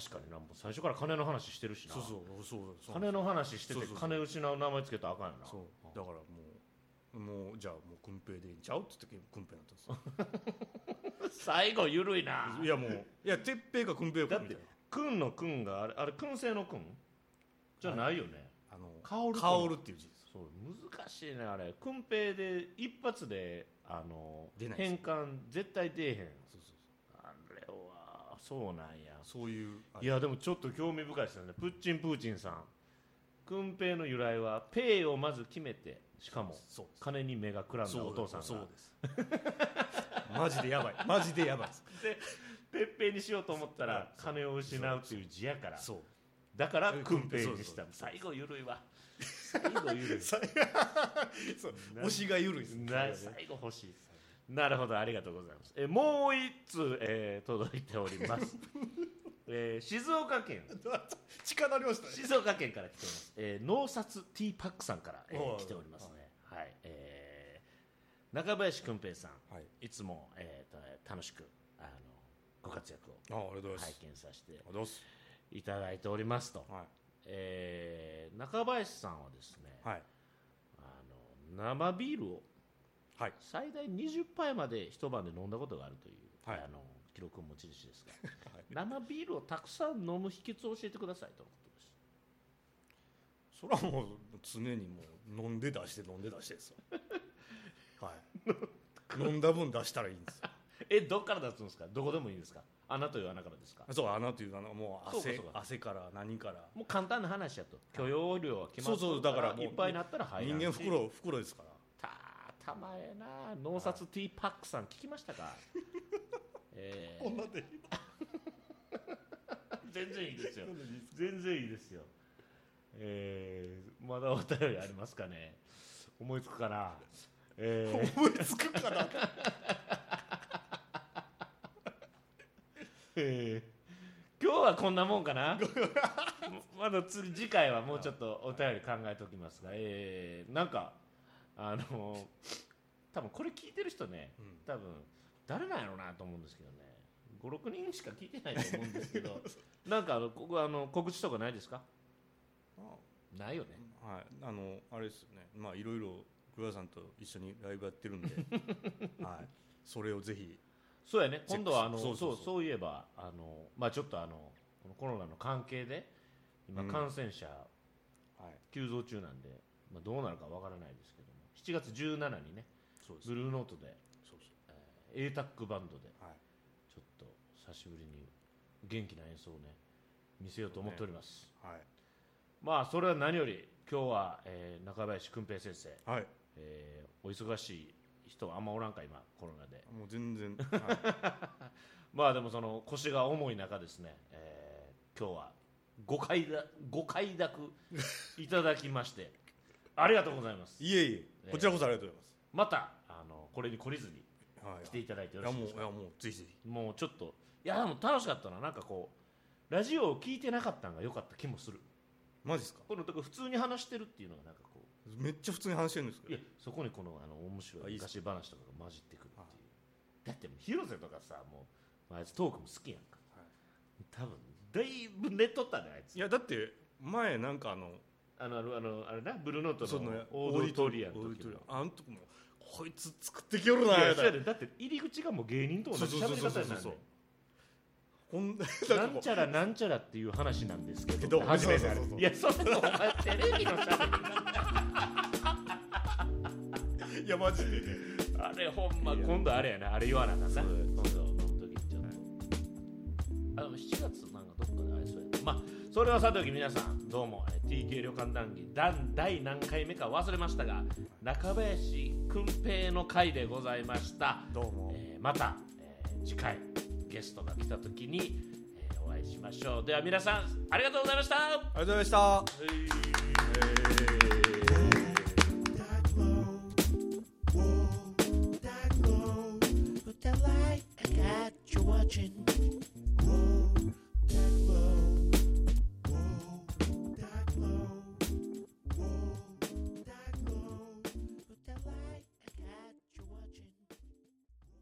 [SPEAKER 1] 確かになもう最初から金の話してるしな
[SPEAKER 2] そうそうそうそう
[SPEAKER 1] 金の話してて
[SPEAKER 2] そうそうそう
[SPEAKER 1] 金失う名前つけたらあかんよな
[SPEAKER 2] そうだからもうもうじゃあもう軍兵でいいんちゃうって言って軍兵になったんですよ
[SPEAKER 1] 最後ゆるいない
[SPEAKER 2] やもういや鉄平か軍兵か
[SPEAKER 1] だっ
[SPEAKER 2] み
[SPEAKER 1] て
[SPEAKER 2] たいな
[SPEAKER 1] 君の君があれあれ君製の君じゃないよね、
[SPEAKER 2] あの
[SPEAKER 1] 薫君
[SPEAKER 2] 薫っていう字です
[SPEAKER 1] そう難しいねあれ訓平で一発であの
[SPEAKER 2] 出ないです
[SPEAKER 1] 変換絶対出えへん
[SPEAKER 2] そうそう
[SPEAKER 1] あれはそうなんや
[SPEAKER 2] そうそういうあ
[SPEAKER 1] い
[SPEAKER 2] れ
[SPEAKER 1] やでもちょっと興味深いですよねプッチンプーチンさん訓平の由来はペイをまず決めてしかも
[SPEAKER 2] そうです
[SPEAKER 1] 金に目がくらんだ
[SPEAKER 2] そう
[SPEAKER 1] お父さん
[SPEAKER 2] そ
[SPEAKER 1] が
[SPEAKER 2] うです マジでやばいマジでやばいです
[SPEAKER 1] ペッペイにしようと思ったら
[SPEAKER 2] そう
[SPEAKER 1] 金を失うっていう字やから
[SPEAKER 2] そう
[SPEAKER 1] だから
[SPEAKER 2] そう
[SPEAKER 1] 訓平にした
[SPEAKER 2] そう
[SPEAKER 1] 最後ゆるいわ最後ゆるい
[SPEAKER 2] 最そう推しが緩いです
[SPEAKER 1] な最後欲しいですなるほどありがとうございますえもう一通、えー届いております えー静岡県
[SPEAKER 2] 力なりましたね
[SPEAKER 1] 静岡県から来ております、えー、農殺 T パックさんから、えー
[SPEAKER 2] おう
[SPEAKER 1] 来ておりますねはい、えー中林くん平さん
[SPEAKER 2] はい
[SPEAKER 1] いつも、えーと楽しくあのご活躍を
[SPEAKER 2] あありがとうございます、
[SPEAKER 1] 拝見させて
[SPEAKER 2] ありがとうございます
[SPEAKER 1] いただいておりますと、
[SPEAKER 2] は
[SPEAKER 1] えー中林さんはですね
[SPEAKER 2] いはい
[SPEAKER 1] あの生ビールを
[SPEAKER 2] はい
[SPEAKER 1] 最大20杯まで一晩で飲んだことがあるという、
[SPEAKER 2] はい
[SPEAKER 1] あの記録を持ち主ですが、
[SPEAKER 2] はい
[SPEAKER 1] 生ビールをたくさん飲む秘訣を教えてくださいとのことです
[SPEAKER 2] それはもう常にもう飲んで出して飲んで出して ですよはい飲んだ分出したらいいんですよ
[SPEAKER 1] えどっから出すんですかどこでもいいんですか穴という穴からですか
[SPEAKER 2] そう穴というかもう汗
[SPEAKER 1] そうかそうか
[SPEAKER 2] 汗から何から
[SPEAKER 1] もう簡単な話やと許容量は決まって
[SPEAKER 2] そうそ
[SPEAKER 1] る
[SPEAKER 2] うだからもう
[SPEAKER 1] いっぱいになったら入ら
[SPEAKER 2] 人
[SPEAKER 1] んし
[SPEAKER 2] 間袋袋ですから
[SPEAKER 1] たたまえな脳 札 T パックさん聞きましたか、えー
[SPEAKER 2] で
[SPEAKER 1] 全然いいですよ
[SPEAKER 2] なんでです
[SPEAKER 1] 全然いいですよえー、まだお便りありますかね思いつくかなえー
[SPEAKER 2] 思いつくかな
[SPEAKER 1] えー今日はこんなもんか なまだ次次回はもうちょっとお便り考えておきますが、えーなんかあの多分これ聞いてる人ね、
[SPEAKER 2] うん
[SPEAKER 1] 多分誰なんやろうなと思うんですけどね56人しか聞いてないと思うんですけ どなんかあのここあの告知とかないですかないよね
[SPEAKER 2] はい、あのあれですよねまあいろいろ黒田さんと一緒にライブやって るんで、はい、それをぜひ
[SPEAKER 1] そうやね
[SPEAKER 2] チェック
[SPEAKER 1] 今度はあのそ
[SPEAKER 2] そうう
[SPEAKER 1] そ
[SPEAKER 2] そううそう
[SPEAKER 1] いえばあの、まあ、ちょっとあのこのコロナの関係で今
[SPEAKER 2] うん
[SPEAKER 1] 感染者、
[SPEAKER 2] はい
[SPEAKER 1] 急増中なんで、まあ、どうなるかわからないですけども7月17にね
[SPEAKER 2] そうです
[SPEAKER 1] ブルーノートで
[SPEAKER 2] そうそ
[SPEAKER 1] a タックバンドで
[SPEAKER 2] うはい
[SPEAKER 1] ちょっと久しぶりに元気な演奏をね見せようと思っております、
[SPEAKER 2] はい
[SPEAKER 1] まあそれは何より今日は、えー中林君平先生、
[SPEAKER 2] はい
[SPEAKER 1] えーお忙しい人はあんまおらんか今コロナで
[SPEAKER 2] もう全然、はい、
[SPEAKER 1] まあでもその腰が重い中ですね、えー今日はご快だ ご快諾いただきましてありがとうございます
[SPEAKER 2] いえいえこちらこそありがとうござい
[SPEAKER 1] またあのこれに懲りずに
[SPEAKER 2] ます、はい、
[SPEAKER 1] 来ていただいてよ
[SPEAKER 2] い
[SPEAKER 1] ろし
[SPEAKER 2] や
[SPEAKER 1] いで
[SPEAKER 2] もうい
[SPEAKER 1] す
[SPEAKER 2] や
[SPEAKER 1] か
[SPEAKER 2] もうぜひぜひ
[SPEAKER 1] もうちょっといやでも楽しかったななんかこうラジオを聞いてなかったのが良かった気もする
[SPEAKER 2] マジですか
[SPEAKER 1] このとこ普通に話してるっていうのがなんかこ
[SPEAKER 2] めっちゃ普通に話してるんです
[SPEAKER 1] うい
[SPEAKER 2] け
[SPEAKER 1] やそこにこのあの面白
[SPEAKER 2] あ
[SPEAKER 1] い
[SPEAKER 2] いいっす
[SPEAKER 1] 昔話とかが混じってくるっていうだってもう広瀬とかさもうまああいつトークも好きやんか、
[SPEAKER 2] はい
[SPEAKER 1] 多分だいぶ寝とったねあいつ
[SPEAKER 2] どいやだって前なんかあの
[SPEAKER 1] あのあのあのあれなブルーノート
[SPEAKER 2] そ
[SPEAKER 1] の
[SPEAKER 2] の
[SPEAKER 1] オーディトリアの
[SPEAKER 2] オーデ
[SPEAKER 1] 時
[SPEAKER 2] ィト
[SPEAKER 1] の
[SPEAKER 2] リアあんとこもこいつ作ってきよる
[SPEAKER 1] い
[SPEAKER 2] な
[SPEAKER 1] や
[SPEAKER 2] や
[SPEAKER 1] そうやでだって入り口がもう芸人と同じ喋り方になるねん
[SPEAKER 2] ほんなんかこう
[SPEAKER 1] なんちゃらなんちゃらっていう話なんですけ
[SPEAKER 2] け
[SPEAKER 1] ど
[SPEAKER 2] ど
[SPEAKER 1] 初めてあれ
[SPEAKER 2] そうそ
[SPEAKER 1] いやそ
[SPEAKER 2] うそうそう
[SPEAKER 1] れもお前テレビのしゃべり
[SPEAKER 2] いやマジでね
[SPEAKER 1] あれほんま今度あれやなあれ言わなあかんな
[SPEAKER 2] そう
[SPEAKER 1] 今度の時にちょっとあの7月なんかどっかであれそうやったまあそれはさておき皆さんどうもえー TK 旅館談義段第何回目か忘れましたが中林くん平の回でございました
[SPEAKER 2] どうも
[SPEAKER 1] えーまた、えー次回ゲストが来た時に、えーお会いしましょうでは皆さんありがとうございました
[SPEAKER 2] ありがとうございました
[SPEAKER 3] With the light I got you watching. Whoa, that glow. Whoa, that glow. Whoa, that glow. With the light I got you watching.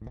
[SPEAKER 1] 「